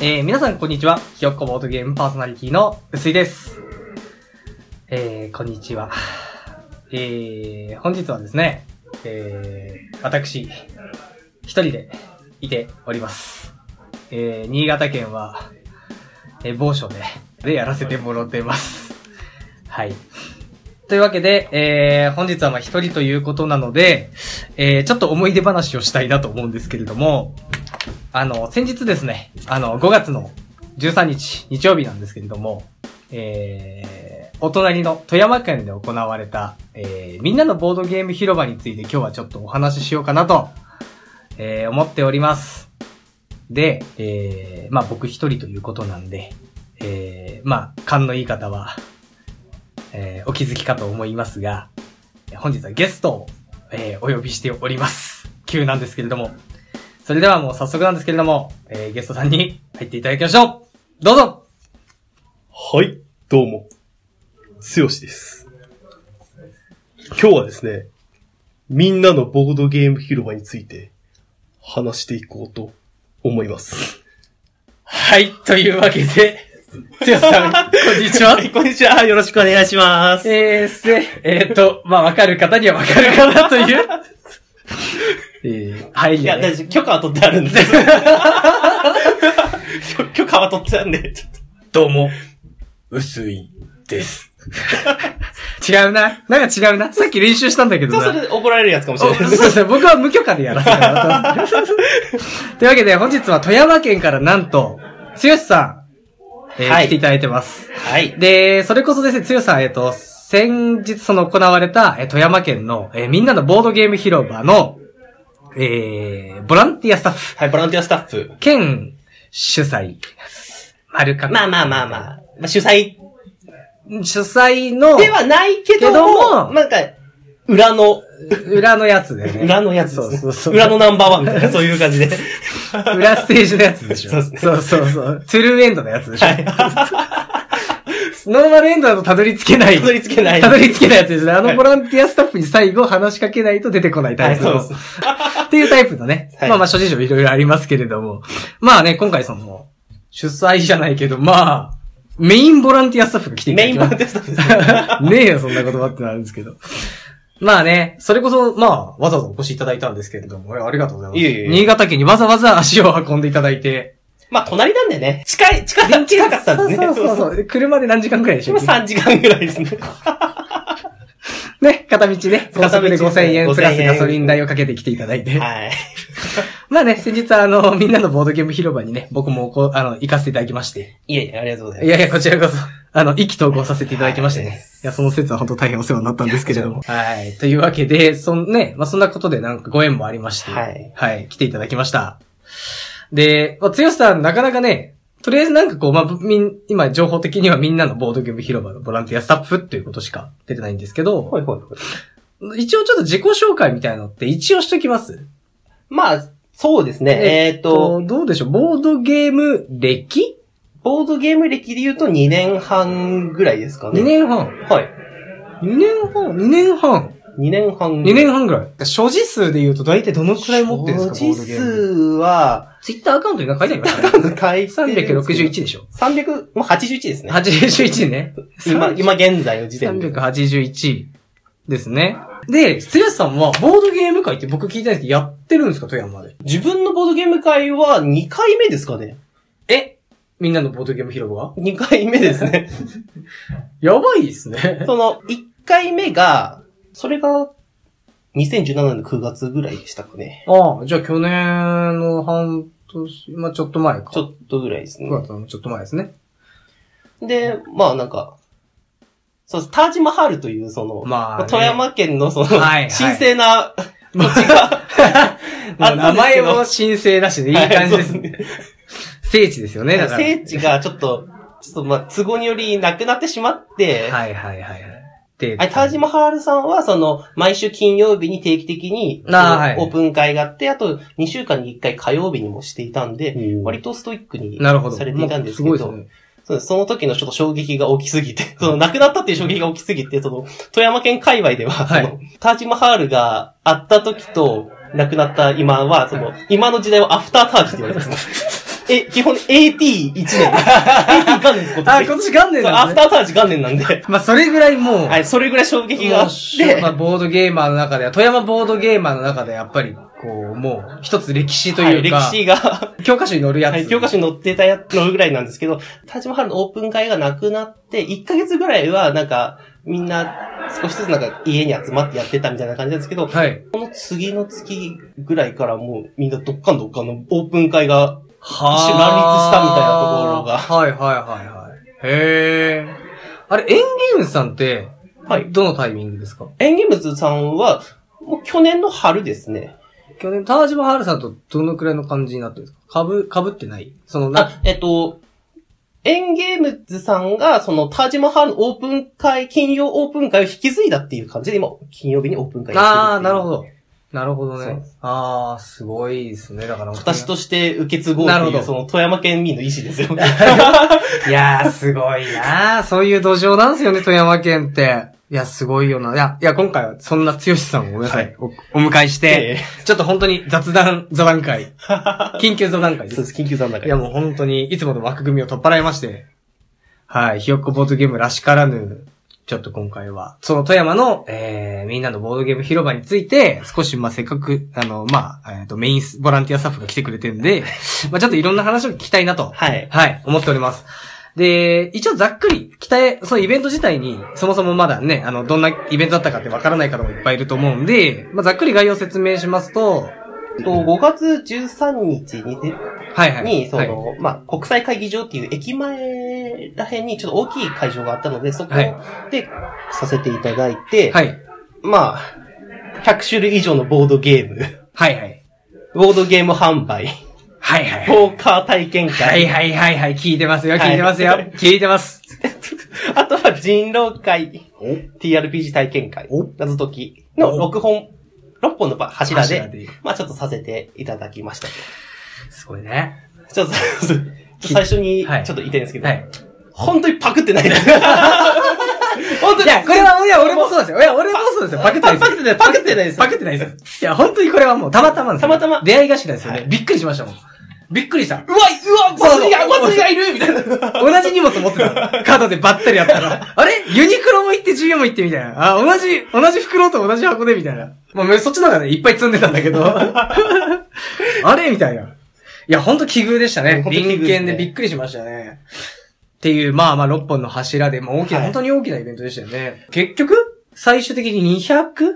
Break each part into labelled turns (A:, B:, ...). A: えー、皆さんこんにちは。ひよっこボードゲームパーソナリティの薄井です。えー、こんにちは。えー、本日はですね、えー、私、一人でいております。えー、新潟県は、えー、某所で、でやらせてもらってます。はい。というわけで、えー、本日はまあ一人ということなので、えー、ちょっと思い出話をしたいなと思うんですけれども、あの、先日ですね、あの、5月の13日、日曜日なんですけれども、えー、お隣の富山県で行われた、えー、みんなのボードゲーム広場について今日はちょっとお話ししようかなと、えー、思っております。で、えー、まあ僕一人ということなんで、えー、まあ、勘のいい方は、えー、お気づきかと思いますが、本日はゲストを、えー、お呼びしております。急なんですけれども。それではもう早速なんですけれども、えー、ゲストさんに入っていただきましょうどうぞ
B: はい、どうも。つよしです。今日はですね、みんなのボードゲーム広場について話していこうと思います。
A: はい、というわけで、つよさん、 こんにちは。
B: こんにちは。よろしくお願いします。
A: えー、せ、えっ、ー、と、まあ、わかる方にはわかるかなという、えー、入り
C: い
A: だ
C: や、
A: ね
C: 大丈夫。許可は取ってあるんで。 許許可は取ってあるんで。ちょっと
D: どうも、薄いです。
A: 違うな。なんか違うな。さっき練習したんだけど
C: そうす
A: な。
C: ると怒られるやつかもし
A: そ
C: れ
A: う
C: ない。
A: ですね。僕は無許可でやらせてもらったんです けどというわけで、本日は富山県からなんと、つよしさん、えー
C: はい
A: 来ていただいてます。
C: はい。
A: で、それこそですね、つよさん、えっ、と、先日その行われた、えー富山県の、えーみんなのボードゲーム広場の、えー、ボランティアスタッフ、
C: はい、ボランティアスタッフ。
A: 県主催、丸か
C: まあまあまあまあ。まあ、主催
A: 主催の
C: ではないけども、
A: けども
C: なんか、裏の、
A: 裏のやつでね。
C: 裏のやつです
A: そ
C: ね。
A: うそうそう
C: 裏のナンバーワンみたいな、そういう感 じで。
A: 裏ステージのやつでしょ。
C: そうですね
A: そうそうそう。トゥルーエンドのやつでしょ。
C: はい
A: ノーマルエンドだとたどり着けない。
C: たどり着けない
A: たどり着けないやつですね。あ
C: は
A: の
C: い
A: ボランティアスタッフに最後話しかけないと出てこないタイプの。
C: はいそうで
A: っていうタイプのね。
C: はい
A: まあまあ諸事情いろいろありますけれども。まあね、今回その、主催じゃないけど、まあ、メインボランティアスタッフが来ていた
C: メ
A: だ
C: イ
A: きま
C: ンボ
A: し
C: ラ
A: た
C: ンティアスタッフですね。
A: ねえよ、そんな言葉ってなるんですけど。まあね、それこそ、まあ、わざわざお越しいただいたんですけれども、ありがとうございます。
C: いえいえいえ
A: 新潟県にわざわざ足を運んでいただいて。
C: まあ、隣なんでね。近い、近い、近かったんでね。
A: そうそうそうそう。車で何時間くらいでしょ
C: 今3時間ぐらいですね。
A: ね、片道ね。高速で
C: 片道
A: 5000円プラス
C: 5000円
A: ガソリン代をかけてきていただいて。
C: はい。
A: まあね、先日あの、みんなのボードゲーム広場にね、僕もこう、あの、行かせていただきまして。
C: いえいえ、ありがとうござい
A: い
C: ま
A: や
C: す。
A: いや、こちらこそ、あの、意気投合させていただきまして
C: はい
A: ね。いや、その説は本当大変お世話になったんですけれども。はい。というわけで、そんね、まあ、そんなことでなんかご縁もありまして。
C: はい。
A: はい、来ていただきました。で、まあ、つよさん、なかなかね、とりあえずなんかこう、まあ、みん、今、情報的にはみんなのボードゲーム広場のボランティアスタッフっていうことしか出てないんですけど、
C: いほいほい。
A: 一応ちょっと自己紹介みたいなのって一応しときます。
C: まあ、そうですね。えーっと、、
A: どうでしょう、ボードゲーム歴
C: ボードゲーム歴で言うと2年半ぐらいですかね。
A: ?2 年半。
C: はい。
A: 2年半 ?2 年半。
C: 2年半。
A: 2年半ぐらい。所持数で言うと大体どのくらい持ってるんですか
C: 文字数は、
A: ツイッターアカウントになんか書いてありま したね。
C: 書いてるんですけど。
A: 361でしょ。
C: 300、まあ、81ですね。
A: 81ね。
C: 今、今現在の時点で。
A: 381ですね。で、つやさんはボードゲーム会って僕聞いたんですけど、やってるんですか富山で。
C: 自分のボードゲーム会は2回目ですかね。
A: えみんなのボードゲーム広場が
C: 2回目ですね。
A: やばいですね。
C: その、1回目が、それが、2017年の9月ぐらいでしたかね。
A: ああ、じゃあ去年の半年、まあちょっと前か。
C: ちょっとぐらいですね
A: 9。月のちょっと前ですね。
C: で、まあなんか、そう、タージマハルという、その、
A: まあね
C: 富山県のその、
A: はいはい
C: 神聖な、
A: ま
C: あ
A: あ、名前も神聖だしね、いい感じです
C: はいそう
A: ね。聖地ですよね、だから。
C: 聖地がちょっと、ちょっとまあ、都合によりなくなってしまって、
A: はいはいはいはい。で
C: あれタージマハールさんは、その、毎週金曜日に定期的に、
A: あーはい
C: オープン会があって、あと2週間に1回火曜日にもしていたんで、
B: うん
C: 割とストイックに
A: なるほど。
C: されていたんですけ
A: も
C: ど、
A: うすごいですね。
C: そうですその時のちょっと衝撃が大きすぎて、 その亡くなったっていう衝撃が大きすぎて、その、富山県界隈では、
A: はい
C: その、タージマハールがあった時と、亡くなった今は、その、今の時代はアフタータージって言われてます。 え、基本 AT1 年。AT 元年です、今
A: あ、
C: 年。
A: 今年元年
C: そう
A: な
C: ア
A: ん
C: フ
A: ですね。
C: ターパーチ元年なんで。
A: まあ、それぐらいもう、
C: はい、それぐらい衝撃があ
A: もう
C: っ
A: しょ
C: て
A: まあ、。ボードゲーマーの中では、富山ボードゲーマーの中で、やっぱり、こう、もう、一つ歴史と
C: はい
A: いう
C: 歴
A: か、
C: 史が、
A: 教科書に載るやつ。
C: はい、教科書に載ってたやつのぐらいなんですけど、田島春のオープン会がなくなって、1ヶ月ぐらいは、なんか、みんな、少しずつなんか家に集まってやってたみたいな感じなんですけど、
A: はい。
C: この次の月ぐらいからもうみんなどっかんどっかんのオープン会が、
A: は
C: 一瞬乱立したみたいなところが
A: はいはいはいはい。へえ。あれ、エンゲームズさんって、
C: はい。
A: どのタイミングですか
C: エンゲムズさんは、もう去年の春ですね。
A: 去年、田島春さんとどのくらいの感じになってるんですかかぶ、かぶってないそのな、
C: あ、えっと、エンゲームズさんが、その、田島ハのオープン会、金曜オープン会を引き継いだっていう感じで、今、金曜日にオープン会をしてるっていう
A: ああー、なるほ。ど。なるほど
C: そう
A: ね
C: で。
A: ああ、すごいですね。だから、
C: 形として受け継ごう
A: なるほ
C: とい
A: ど
C: う、その、富山県民の意思ですよ。
A: いやー、すごいなー。そういう土壌なんですよね、富山県って。いや、すごいよな。いや、いや、今回はそんな剛さんをごめんなさい。おお迎えして、
C: え
A: ちょっと本当に雑談、座談会。緊急座談会
C: え
A: で。
C: そうですす、緊急残高
A: いや、もう本当に、いつもの枠組みを取っ払いまして。はい、ひよっこボードゲームらしからぬ、ちょっと今回は、その富山の、えー、みんなのボードゲーム広場について、少し、まあ、せっかく、あの、まあ、えっ、と、メインスボランティアスタッフが来てくれてるんで、まあ、ちょっといろんな話を聞きたいなと。
C: はい。
A: はい、思っております。で、一応ざっくり、期待、そのイベント自体に、そもそもまだね、あの、どんなイベントだったかってわからない方もいっぱいいると思うんで、まあ、ざっくり概要を説明しますと、
C: えっと、5月13日にで、
A: はいはい。
C: に、そ
A: はい
C: の、まあ、国際会議場っていう駅前らへんにちょっと大きい会場があったので、そこ
A: はい
C: でさせていただいて、
A: はい。
C: まあ、100種類以上のボードゲーム、
A: はいはい。
C: ボードゲーム販売、
A: はいはい。
C: ポーカー体験会、
A: はいはいはいはい。聞いてますよ、
C: はい
A: 聞いて ますよ。聞いてます。
C: あとは人狼会、TRPG 体験会
A: お、
C: 謎解きの6本、6本の柱で、
A: 柱で
C: まあちょっとさせていただきました。
A: すごいね。
C: ちょっと、最初にちょ
A: は
C: っ
A: い
C: と言いたいんですけど、
A: はい。
C: 本当にパクってな いです。本当
A: い
C: に
A: や、これは、いや、俺もそうですよ。いや、俺もそうですよ。パクってないですよ。
C: パクってないです
A: パクってないですよ。いや、本当にこれはもう、たまたまですよ
C: たまたま
A: 出会い頭ですよ
C: は
A: ね
C: い。
A: びっくりしましたもん。びっくりした。
C: うわいうわ
A: そうそう
C: 祭りが、祭りがいるみたいな。
A: 同じ荷物持ってた。カードでばったりやったら。あれユニクロも行って GM も行ってみたいな。あ、同じ、同じ袋と同じ箱でみたいな。まあ、そっちの方がね、いっぱい積んでたんだけど。 あれみたいな。いや、ほんと奇遇でしたね。
C: ほんと奇遇
A: 臨
C: ですね
A: 県でびっくりしましたね。っていう、まあまあ、6本の柱で、まあ、大きな、
C: はい
A: 本当に大きなイベントでしたよね。結局、最終的に 200?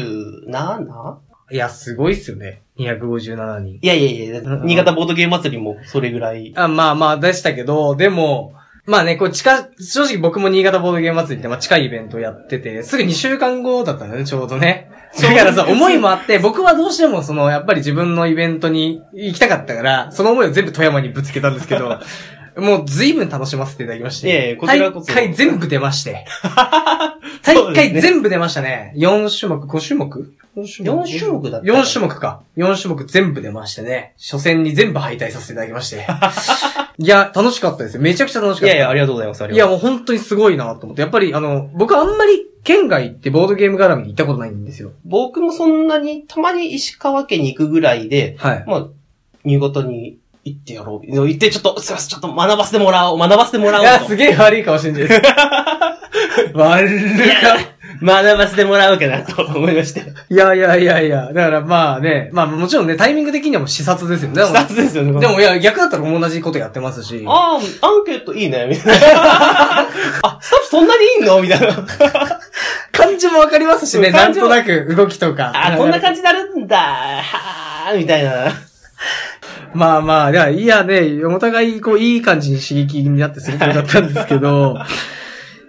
C: 257?
A: いや、すごいっすよね。257人。
C: いやいやいや、新潟ボードゲーム祭りもそれぐらい。
A: あまあまあでしたけど、でも、まあね、こう近、正直僕も新潟ボードゲーム祭りって、まあ近いイベントやってて、すぐ2週間後だったんだよね、ちょうどね。だからさ、思いもあって、僕はどうしてもその、やっぱり自分のイベントに行きたかったから、その思いを全部富山にぶつけたんですけ ど、もう随分楽しませていただきまして。
C: いえいえこちらこそ
A: 大会全部出ま して。
C: そう
A: 大会
C: ですね
A: 全部出ましたね。4種目、5種目 ?4
C: 4種目だった
A: 4種目か。4種目全部出ましてね。初戦に全部敗退させていただきま して。いや、楽しかったですよ。めちゃくちゃ楽しかった。
C: いやいや、ありがとうございます。あり
A: い
C: が
A: や、
C: とう
A: もう本当にすごいなと思って。やっぱり、あの、僕あんまり県外ってボードゲーム絡みに行ったことないんですよ。
C: 僕もそんなに、たまに石川県に行くぐらいで、
A: はい。
C: まあ、新潟に行ってやろう。行ってちょっと、すいません、ちょっと学ばせてもらおう、学ばせてもら
A: い
C: お
A: や、
C: う
A: す
C: と。
A: げえ悪い顔してるんです。 悪い顔。
C: 学ばせてもらおうかなと思いまして。
A: いやいやいやいや。だからまあね、まあもちろんね、タイミング的にはもう視察ですよね。でも
C: 二つですよね、これ
A: でもいや、逆だったら同じことやってますし。
C: ああ、アンケートいいね、みた いな。あ、スタッフそんなにいいのみたいな。
A: 感じもわかりますしね、
C: うん
A: な
C: 感
A: ん
C: じ
A: と
C: も
A: なく動きとか。
C: あ、こんな感じになるんだ。はーみたいな。
A: まあまあ、いや、いやね、お互い、こう、いい感じに刺激になってすることだったんですけど、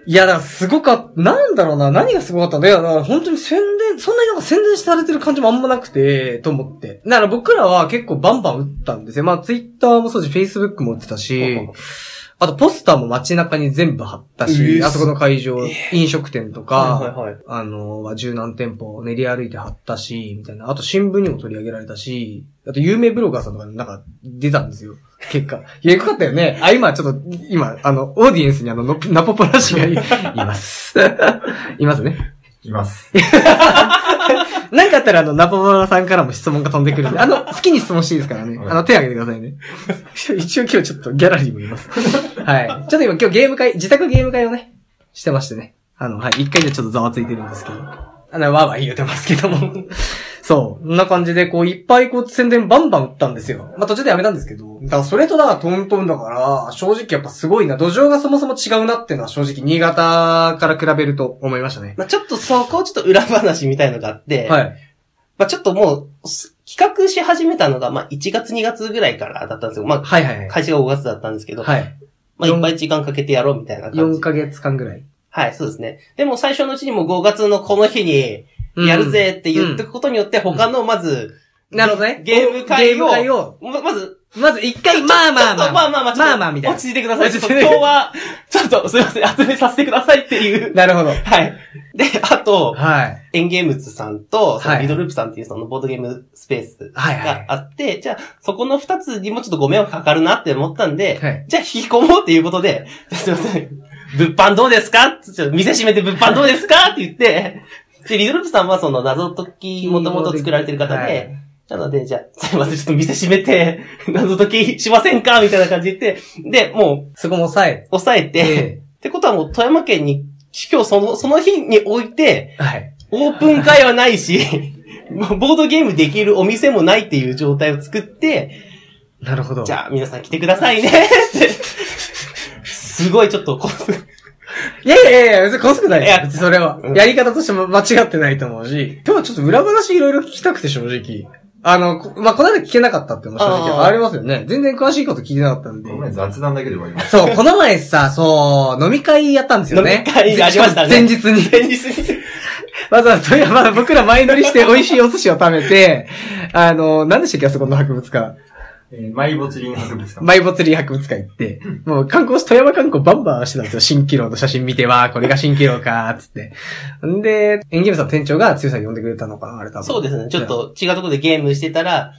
A: いや、だからすごかっなんだろうな、何がすごかったんだよな、本当に宣伝、そんなになんか宣伝されてる感じもあんまなくて、と思って。だから僕らは結構バンバン打ったんですよ。まあ、ツイッターもそうだし、フェイスブックも打ってたし、あとポスターも街中に全部貼ったし、
C: えー
A: あそこの会場、飲食店とか、
C: はいはいはい
A: あの、は十何店舗を練り歩いて貼ったし、みたいな。あと新聞にも取り上げられたし、あと有名ブロガーさんとかになんか出たんですよ。結果。いや、よかったよね。あ、今ちょっと、今、あの、オーディエンスにあの、のナポポラ氏がいいます。いますね。
D: います。
A: なんかあったったら、あの、ナポバラさんからも質問が飛んでくるんで、あの、好きに質問していいですからね。あの、手挙げてくださいね。 一応今日ちょっとギャラリーもいます。はい。ちょっと今今日ゲーム会、自宅ゲーム会をね、してましてね。あの、はい。一回でちょっとざわついてるんですけど。あの、わーわー言うてますけども。 そう。こんな感じで、こう、いっぱいこう、宣伝バンバン打ったんですよ。まあ、途中でやめたんですけど。だから、それとだから、トントンだから、正直やっぱすごいな。土壌がそもそも違うなっていうのは正直、新潟から比べると思いましたね。
C: まあ、ちょっとそこをちょっと裏話みたいのがあって、
A: はい。
C: まあ、ちょっともう、す企画し始めたのが、まあ、1月2月ぐらいからだったんですよ。まあ、
A: はいはいはい。
C: 会社が5月だったんですけど、
A: はい。
C: まあ、いっぱい時間かけてやろうみたいな感
A: 4
C: じ。
A: ヶ月間ぐらい。
C: はい、そうですね。でも最初のうちにもう5月のこの日に、やるぜって言ってくことによって、他の、まず、
A: うん。なるほどね。
C: ゲーム会
A: ゲ
C: を
A: ーム会を。
C: ままず、
A: まず一回、まあまあ
C: ちょっ
A: まあ
C: とまあまあまあ、ちょっと
A: まあまあみたいな
C: 落。ち着いてください。ち
A: 落
C: ょ
A: ち
C: っ
A: 着い
C: と
A: て
C: 今日 は、ちょっとすいません、集めさせてくださいっていう。
A: なるほど。
C: はい。で、あと、
A: はい。
C: エンゲームズさんと、その
A: はい
C: リドループさんっていうそのボードゲームスペース
A: はいは
C: があって、じゃあ、そこの二つにもちょっとご迷惑かかるなって思ったん
A: い。
C: で、
A: はい。
C: じゃあ引き込もうっていうことで、すいません、物販どうですかちょっと店閉めて物販どうですかって言って、で、リドループさんはその謎解き、もともと作られてる方で、
A: はい
C: なので、じゃあ、すいません、ちょっと店閉めて、 謎解きしませんかみたいな感じで言って、で、もう、
A: そこも抑え
C: 抑えて、
A: て、
C: ってことはもう富山県に、今日その、その日において、
A: はい。
C: オープン会はないし、 もうボードゲームできるお店もないっていう状態を作って、
A: なるほど。
C: じゃあ皆さん来てくださいねって。すごいちょっとこう、
A: いやいやいや、別にこすくない
C: いや
A: です。別にそれは
C: う。ん
A: やり方としても間違ってないと思うし、今日はちょっと裏話いろいろ聞きたくて正直。あの、こまあ、この間聞けなかったっていうのも正
C: あ
A: 直
C: あ
A: ありますよね。全然詳しいこと聞いてなかったんで
E: ご。めん、雑談だけで終わります。
A: そう、この前さ、そう、飲み会やったんですよね。
C: 飲み会がありましたね
A: 前日に。
C: 前日に、
A: わざわざ富山、僕ら前乗りして美味しいお寿司を食べ て、あの、何でしたっけ、あそこの博物館。
E: えー、マイボツリン博物館。
A: マイボツリー博物館行って、もう観光し、富山観光バンバンしてたんですよ。新機能の写真見て は、これが新機能か、つって。んで、エンゲームさんの店長が強さん呼んでくれたのかな、あれ多分。
C: そうですね、ちょっと違うところでゲームしてたら、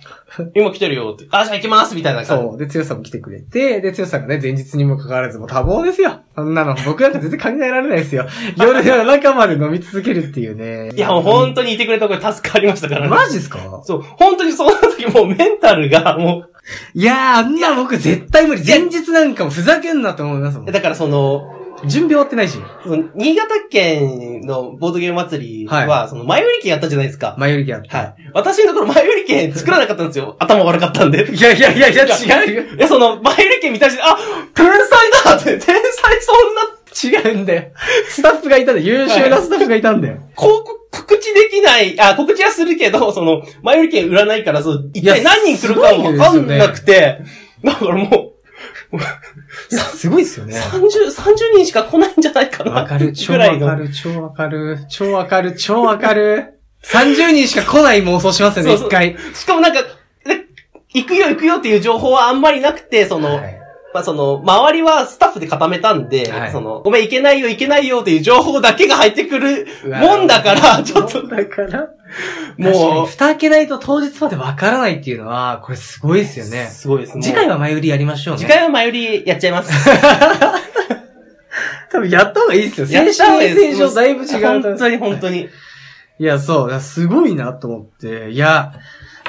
C: 今来てるよって、あ、じゃあ行きますみたいな感
A: そう。で、強さんも来てくれて、で、強さんがね、前日にもかかわらず、もう多忙ですよ。そんなの、僕なんか全然考えられないです よ。夜の中まで飲み続けるっていうね。
C: じ。いや、もう本当にいてくれたこと助かりましたからね。
A: マジですか
C: そう、本当にその時もうメンタルがも
A: いやー、あんな僕絶対無理。前日なんかもふざけんなと思いますもん
C: う、。だからその、
A: 準備終わってないし。
C: その新潟県のボードゲーム祭りは、
A: は
C: その前売り券やったじゃないですか。
A: 前よりギャって。
C: はい。私のところ前売り券作らなかったんですよ。頭悪かったんで。
A: いやいやいやいや、違うよ。
C: で、その前売り券見たし、あ、天才だって、天才そんな、
A: 違うんだよ。スタッフがいたんだよ。優秀なスタッフがいたんだよ。
C: 広告、告知できない、あ、告知はするけど、その、前売り券売らないから、そう、一
A: いや
C: 体何人来るかもわかんなくて、だからも
A: すごいっすよ
C: う、
A: ね
C: 30、30人しか来ないんじゃないかな。
A: わかる、超
C: ぐら
A: わ
C: い
A: か
C: の。
A: る、超わかる、超わかる、超わかる。30人しか来ない妄想しますよね、
C: そうそう
A: 一回。
C: しかもなんか、で行くよ行くよっていう情報はあんまりなくて、その、
A: はい
C: まあその、周りはスタッフで固めたんで、
A: はい
C: その、ごめん、いけないよ、いけないよっていう情報だけが入ってくる
A: うわ
C: もん だから、ちょっと、
A: だから、もう、
C: も
A: 蓋開けないと当日までわからないっていうのは、これすごいっすよ
C: う、
A: ね。
C: すごいですね。
A: 次回
C: は、
A: は前売りやりましょうね。
C: 次回は前売りやっちゃ います。
A: 多分やった方がいいっすよ。
C: や
A: 先
C: っ
A: 週
C: た方がいいです
A: 先週だいぶ違うと思います。
C: 本当に本当に。
A: いや、そう、だからすごいなと思って。いや、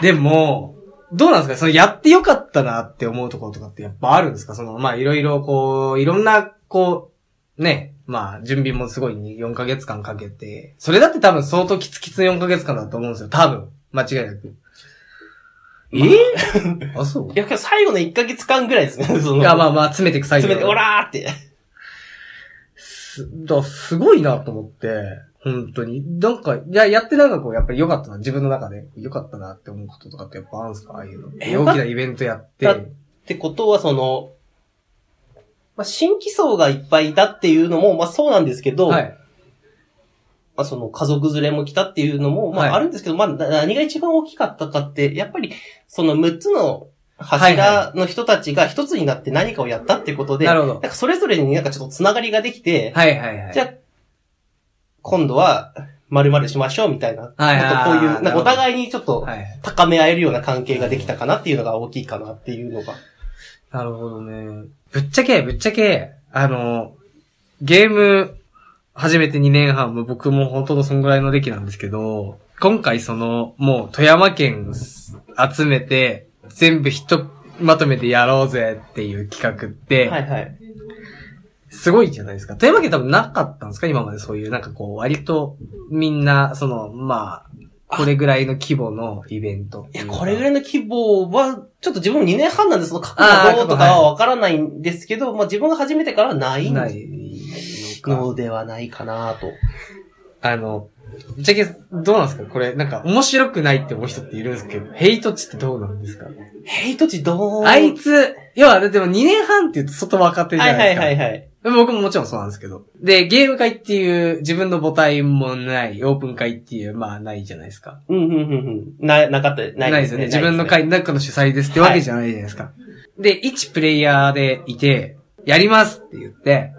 A: でも、どうなんですかそのやってよかったなって思うところとかってやっぱあるんですかその、まあいろいろこう、いろんな、こう、ね、まあ準備もすごい4ヶ月間かけて、それだって多分相当きつきつの4ヶ月間だと思うんですよ。多分。間違いなく。えーあ、そう
C: いや、最後の1ヶ月間ぐらいですね、 その。
A: いや、まあまあ詰めていく作業。
C: 詰めて、おらーって。
A: す、だすごいなと思って、本当に。なんか、いや、やってなんかこう、やっぱり良かったな、自分の中で良かったなって思うこととかってやっぱあるんですかああいうの。
C: え
A: 大きなイベントやって。
C: だってことは、その、まあ、新規層がいっぱいいたっていうのも、まあそうなんですけど、
A: はい。
C: まあその家族連れも来たっていうのも、ま
A: はい
C: ああるんですけど、まあな何が一番大きかったかって、やっぱりその6つの
A: はい
C: 柱の人たちが一つになって何かをやったってことで、
A: なるほど。
C: なんかそれぞれになんかちょっとつながりができて、
A: はいはいはい。
C: じゃあ今度は〇〇しましょうみたいな、
A: はいはい
C: なんかこういう、なん
A: なる
C: か
A: ほど
C: お互いにちょっと
A: はい。
C: 高め合えるような関係ができたかなっていうのが大きいかなっていうのが。
A: なるほどね。ぶっちゃけ、ぶっちゃけ、あの、ゲーム始めて2年半も僕も本当のそんぐらいの歴なんですけど、今回その、もう富山県集めて、全部ひとまとめてやろうぜっていう企画って、
C: はいはい。
A: すごいじゃないですか。富山県多分なかったんですか今までそういう、なんかこう、割と、みんな、その、まあ、これぐらいの規模のイベントって
C: い
A: い
C: や、
A: う
C: これぐ
A: い
C: らいの規模は、ちょっと自分も2年半なんで、その過去
A: あー
C: がどうと
A: 過去
C: か
A: はい
C: はわからないんですけど、まあ自分が始めてからはない
A: ないの
C: の
A: か。
C: ではないかなと。
A: あの、ぶっちゃけ、どうなんですかこれ、なんか、面白くないって思う人っているんですけど、ヘイト値ってどうなんですか
C: ヘイト値どう
A: あいつ、要は、でも2年半って言うと外若手じゃ
C: はい
A: ない
C: は
A: です
C: い
A: か。
C: はいはい。
A: 僕ももちろんそうなんですけど。で、ゲーム会っていう、自分の母体もない、オープン会っていう、まあ、ないじゃないですか。
C: うんうんうんうん。な、なかった、
A: ないですよね。自分の会
C: 回
A: の中の主催ですってわけじゃないじゃないですか。で、1プレイヤーでいて、やりますって言って、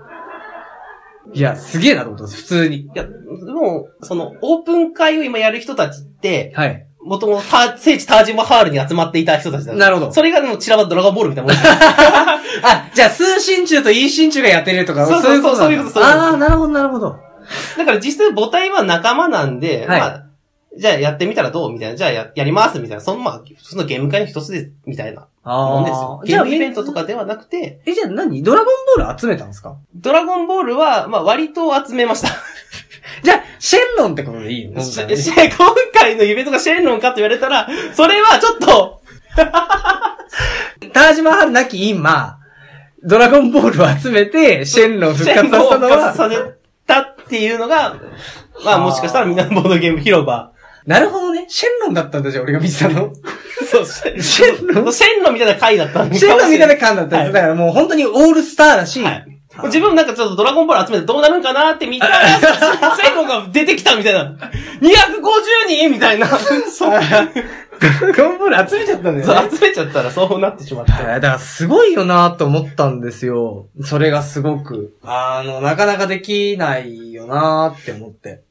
A: いや、すげえなと思ったんです、普通に。
C: いや、でも、その、オープン会を今やる人たちって、
A: はい。
C: もともとた聖地タージマハールに集まっていた人たちだ
A: なるほど
C: それがもう散らばったドラゴンボールみたいな もんですよ
A: あ、じゃあ、数神中といい神中がやってるとか、
C: そうそうそう
A: そういうことなんだ
C: そう
A: あ
C: いうことそういうこと
A: あー、なるほど、なるほど。
C: だから実際母体は仲間なんで、
A: はい
C: まあ、じゃあやってみたらどうみたいな。じゃあややりますみたいな。そのまあ、そのゲーム会の一つです、みたいなもんです
A: あ
C: よ
A: あ。。
C: ゲームイベントと
A: か。
C: かではなくて、
A: え、じゃあ何ドラゴンボール集めたんですか
C: ドラゴンボールは、まあ割と集めました。
A: じゃあ、シェンロンってことでいいよ、今回はね
C: し 今回のイベントがシェンロンかって言われたら、それはちょっと、
A: 田島春なき今、ドラゴンボールを集めて、シェンロン復活させたの
C: シェンロンを復活
A: は、
C: させたっていうのが、
A: は
C: ま
A: あ
C: あもしかしたらみんなのボードゲーム広場。
A: なるほどね。シェンロンだったんだじゃあ俺が見てたの。
C: そう、シェ
A: シェンロン
C: ンシェンロンみたいな回だったんで
A: シェンロンみたいな感だったん
C: は
A: です。
C: い
A: だからもう本当にオールスターだし、
C: はい。自分もなんかちょっとドラゴンボール集めてどうなるんかなって見 たら、シェンロンが出てきたみたいな。250人みた いな。そう。
A: ドラゴンボール集めちゃったんだよね。
C: そう集めちゃったらそうなってしまっ
A: えー
C: た。
A: だからすごいよなと思ったんですよ。それがすごく。あの、なかなかできないよなって思って。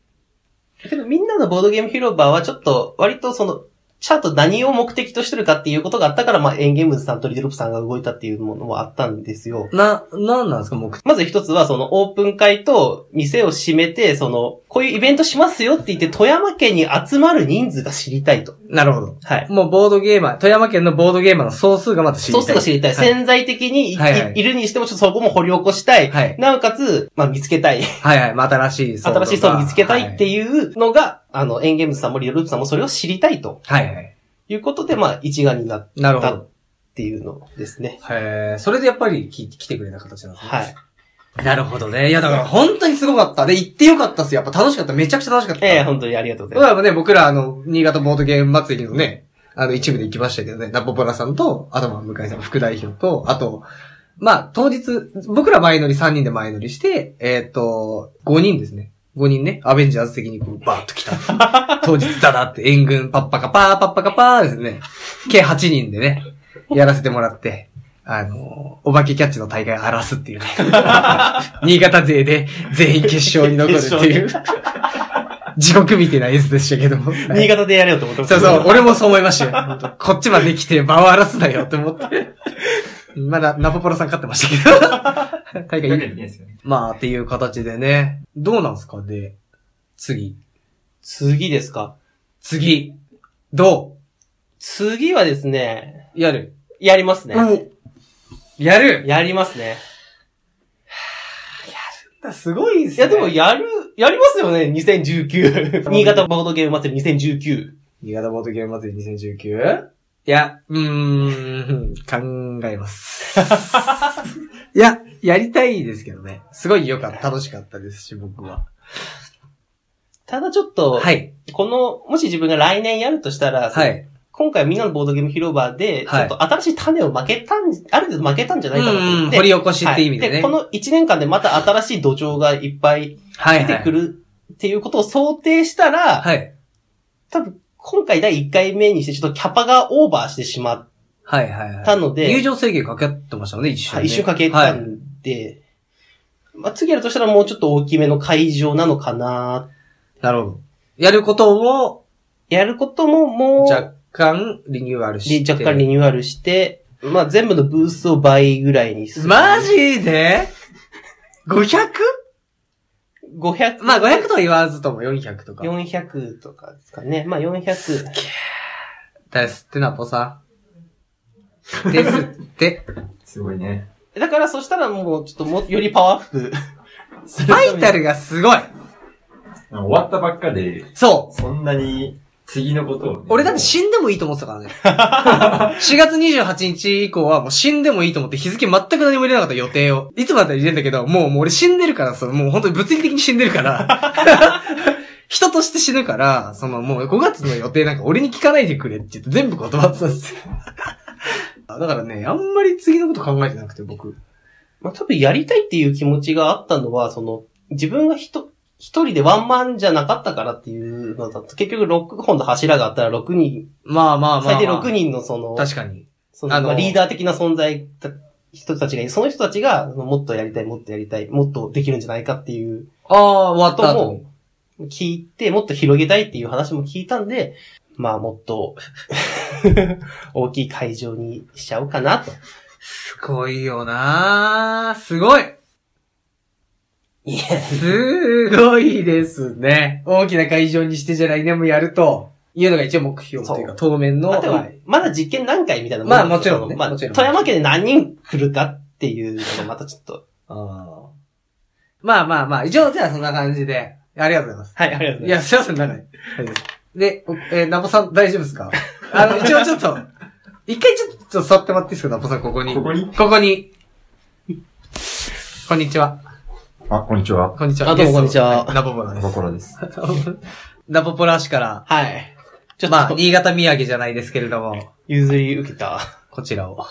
C: けどみんなのボードゲーム広場はちょっと割とその、ちゃんと何を目的としてるかっていうことがあったから、まあ、エンゲームズさんとリデロップさんが動いたっていうものもあったんですよ。
A: な、なんなんですか、目的。
C: まず一つは、そのオープン会と店を閉めて、その、こういうイベントしますよって言って、富山県に集まる人数が知りたいと。
A: なるほど。
C: はい。
A: もうボードゲーマー、富山県のボードゲーマーの総数がまず知りたい。
C: そうすると知りたい。
A: はい
C: 潜在的にい,い、
A: はいはい
C: いるにしても、ちょっとそこも掘り起こしたい。
A: はい
C: なおかつ、まあ見つけたい。
A: はいはい、まあ新しい層とか
C: 新しい層を見つけたいって
A: は
C: いうのが、あの、エンゲームズさんもリドループさんもそれを知りたいと
A: はいはいはい。
C: いうことで、まあ一丸になっ
A: なるほ
C: た
A: ど
C: っ。ていうのですね。
A: へえ、それでやっぱりき来てくれた形なんですね。
C: はい。
A: なるほどね。いや、だから本当にすごかった。で、行ってよかったっすよ。やっぱ楽しかった。めちゃくちゃ楽しかった。
C: ええ本当にありがとうござ
A: 僕
C: います。
A: らもね、僕らあの、新潟ボードゲーム祭りのね、あの、一部で行きましたけどね、ナポポラさんと、あとまあ、向井さん、副代表と、あと、まあ、当日、僕ら前乗り3人で前乗りして、えっ、と、5人ですね。5人ね、アベンジャーズ的にこう、バーッと来た。当日だだって、援軍パッパカパー、パッパカパーですね。計8人でね、やらせてもらって、あの、お化けキャッチの大会を荒らすっていうね。新潟勢で全員決勝に残るっていう。地獄みたいな演出でしたけども。
C: 新潟でやれようと思ってます
A: そうそう、俺もそう思いましたよ本当。こっちまで来て場を荒らすなよって思って。まだ、ナポポロさん勝ってましたけど。大会
E: だけ
A: い
E: で
A: い。
E: きないですよね。
A: まあ、っていう形でね。どうなんすかで、次。
C: 次ですか。
A: 次。ど
C: 次はですね、
A: うやる。
C: やりますね。
A: やる
C: やりますね。
A: すごいっす
C: いや、でも、やる、やりますよね、2019。新潟ボードゲーム祭り2019。
A: 新潟ボードゲーム祭り 2019? いや、うーん、考えます。 いや、やりたいですけどね。すごい良かった。楽しかったですし、僕は。
C: ただちょっと、
A: はい。
C: この、もし自分が来年やるとしたら、
A: はい。
C: 今回みんなのボードゲーム広場で、ち
A: は
C: ょ
A: い
C: っと新しい種を負けたん、ある程度負けたんじゃないかなと思って。
A: 掘り起こしって意味で
C: はい
A: ね。
C: この1年間でまた新しい土壌がいっぱい
A: は
C: 出てくるっていうことを想定したら、
A: はい。
C: 多分今回第1回目にしてちょっとキャパがオーバーしてしまっ
A: はいはいはい。
C: たので、
A: 入場制限かけてましたもんね、一瞬、
C: は
A: ね。
C: い、一周かけ
A: は
C: た
A: い。
C: んで、まあ、次やるとしたらもうちょっと大きめの会場なのかな
A: なるほど。やることも、
C: やることももう、
A: 若干リニューアル
C: リ
A: して。
C: 若干リニューアルして、まあ、全部のブースを倍ぐらいにする。
A: マジで ?500?
C: 500、
A: まあ500とは言わずとも400とか。
C: 400とかですかね。まあ400。
A: ですってなぽさ。ですって。
E: すごいね。
C: だからそしたらもうちょっとも、よりパワーアップ。するた
A: バ
C: めに
A: イタルがすごい
E: 終わったばっかで、
A: そう
E: そんなに次のことをね、
A: 俺だって死んでもいいと思ってたからね。4月28日以降はもう死んでもいいと思って日付全く何も入れなかった予定を。いつもだったら入れんだけど、もうもう俺死んでるから、そのもう本当に物理的に死んでるから。 人として死ぬから、そのもう5月の予定なんか俺に聞かないでくれって言って全部断ってたんですよ。だからね、あんまり次のこと考えてなくて僕。
C: まあ、多分やりたいっていう気持ちがあったのは、その、自分が人、一人でワンマンじゃなかったからっていうのだと、結局6本の柱があったら6人、
A: まあまあまあ、まあ。
C: 最低6人のその、
A: 確かに。
C: その
A: あの
C: まあリーダー的な存在た、人たちがいる、その人たちが、そのもっとやりたい、もっとやりたい、もっとできるんじゃないかっていう
A: ああ、終わった
C: こと
A: 後に。
C: も聞いて、もっと広げたいっていう話も聞いたんで、まあもっと 大きい会場にしちゃおうかなと。
A: すごいよなーすごい
C: いや
A: すごいですね。大きな会場にしてじゃ来年もやると、いうのが一応目標というか、当面の。
C: まあで
A: は
C: も
A: い、
C: まだ実験段階みたいな
A: まあ
C: なんですけど
A: もちろんね
C: まあ、
A: もちろん
C: 富山県で何人来るかっていうのがまたちょっと。
A: あーまあまあまあ、一応じゃあそんな感じで、ありがとうございます。
C: はい、ありがとうご
A: い
C: ざいま
A: や、すいません、長い。はいで、おえー、ナポさん大丈夫ですかあの、一応ちょっと、一回ちょっと座ってもらっていいですか、ナポさん、ここに。
E: ここに
A: ここに。こんにちは。
E: あ、こんにちは。
A: こんにちは。
C: あどうもこんにち
A: ゲ
C: は
A: ストのいナポポラです
E: コ。コラです。
A: ナポポラ市から、
C: す。はい。ちょっと、
A: まあ、新潟土産じゃないですけれども、
C: 譲り受けた。
A: こちらを。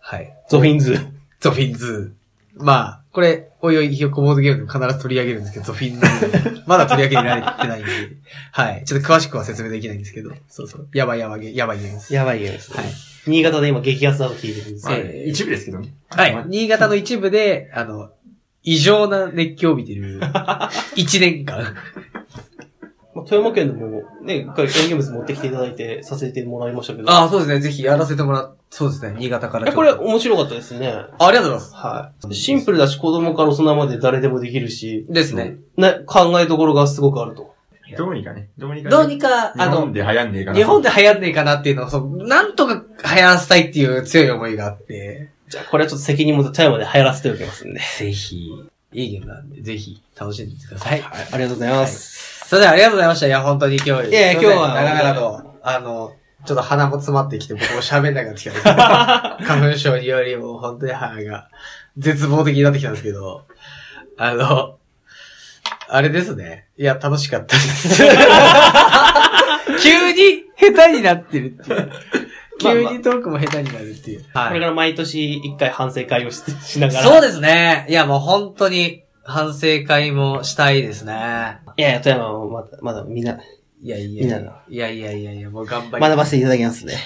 A: はい。
C: ゾフィンズ。
A: ゾフィンズ。まあ、これ、おいおい、ひよっこボードゲームでも必ず取り上げるんですけど、ゾフィンズ。まだ取り上げられてないんで。はい。ちょっと詳しくは説明できないんですけど。そうそう。やばいやばい、やばいゲームです。
C: やばいよ。です
A: はい。
C: 新潟で今激アツだと聞いてるんです
E: まあ
C: け
A: え
C: ど。
A: え
E: 一部ですけどね。
A: はい。新潟の一部で、あの、異常な熱狂を帯びて る、一年間。
C: まあ富山県でもね、一回園芸物持ってきていただいてさせてもらいましたけど。
A: ああ、そうですね。ぜひやらせてもらっ、そうですね。新潟から
C: え
A: ちょっと。
C: これ面白かったですね。
A: ありがとうございます。
C: はい。シンプルだし、子供から大人まで誰でもできるし、
A: ですね。
C: ね、考えどころがすごくあると。
E: どうにかね。どうにか、ね。
A: どうにか、あ
E: 日
A: の
E: 本、で流行んねえかな。
A: 日本で流行んねえかなっていうのを、そう、なんとか流行らせたいっていう強い思いがあって、
C: じゃあ、これはちょっと責任持って富山で流行らせておきますんで。
A: ぜひ、いいゲームなんで、ぜひ、楽しんでください。
C: はい、ありがとうございます。
A: それではありがとうございました。いや、本当に今日、
C: いやいや
A: すません
C: 今日は
A: 長々と、あの、ちょっと鼻も詰まってきて、僕も喋んなくなってきた。花粉症よりも、本当に鼻が、絶望的になってきたんですけど、あの、あれですね。いや、楽しかったです。 急に下手になってるっていう。
C: まあ
A: 急
C: まあ
A: にトークも下手になるっていう。
C: こ
A: は
C: れ
A: い
C: か。ら毎年一回反省会をししながら。
A: そうですね。いや、もう本当に反省会もしたいですね。
C: いやいや、富山もまだ、まだみんな、
A: いやいやいや
C: みんなの。
A: いやいやいやいや、もう頑張り。
C: 学ばせていただきますね。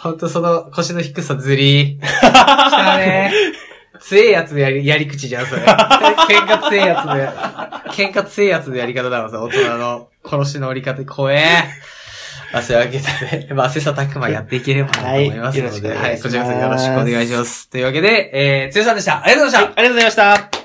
A: 本当その腰の低さず りー。きたねー。強えやつのやり、やり口じゃん、それ。喧嘩強えやつのや、喧嘩強えやつのやり方だわ、その大人の殺しの折り方、怖え。まあ、そういうわけでね、まあ、切磋琢磨やっていければなと思いますので、
C: はいよろしくお願いします
A: こちらこそよろしくお願いします。というわけで、えー、つよさんでした。ありがとうございました。
C: ありがとうございました。